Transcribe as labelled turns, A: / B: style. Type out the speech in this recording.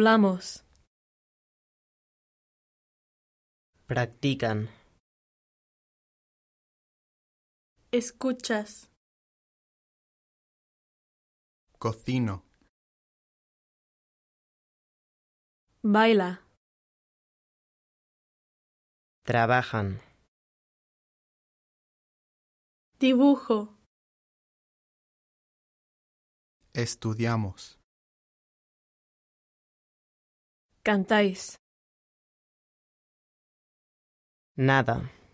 A: Hablamos.
B: Practican.
A: Escuchas.
C: Cocino.
A: Baila.
B: Trabajan.
A: Dibujo.
C: Estudiamos.
A: Cantáis.
B: Nada.